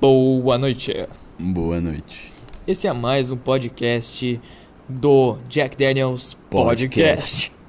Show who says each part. Speaker 1: Boa noite.
Speaker 2: Boa noite.
Speaker 1: Esse é mais um podcast do Jack Daniels Podcast.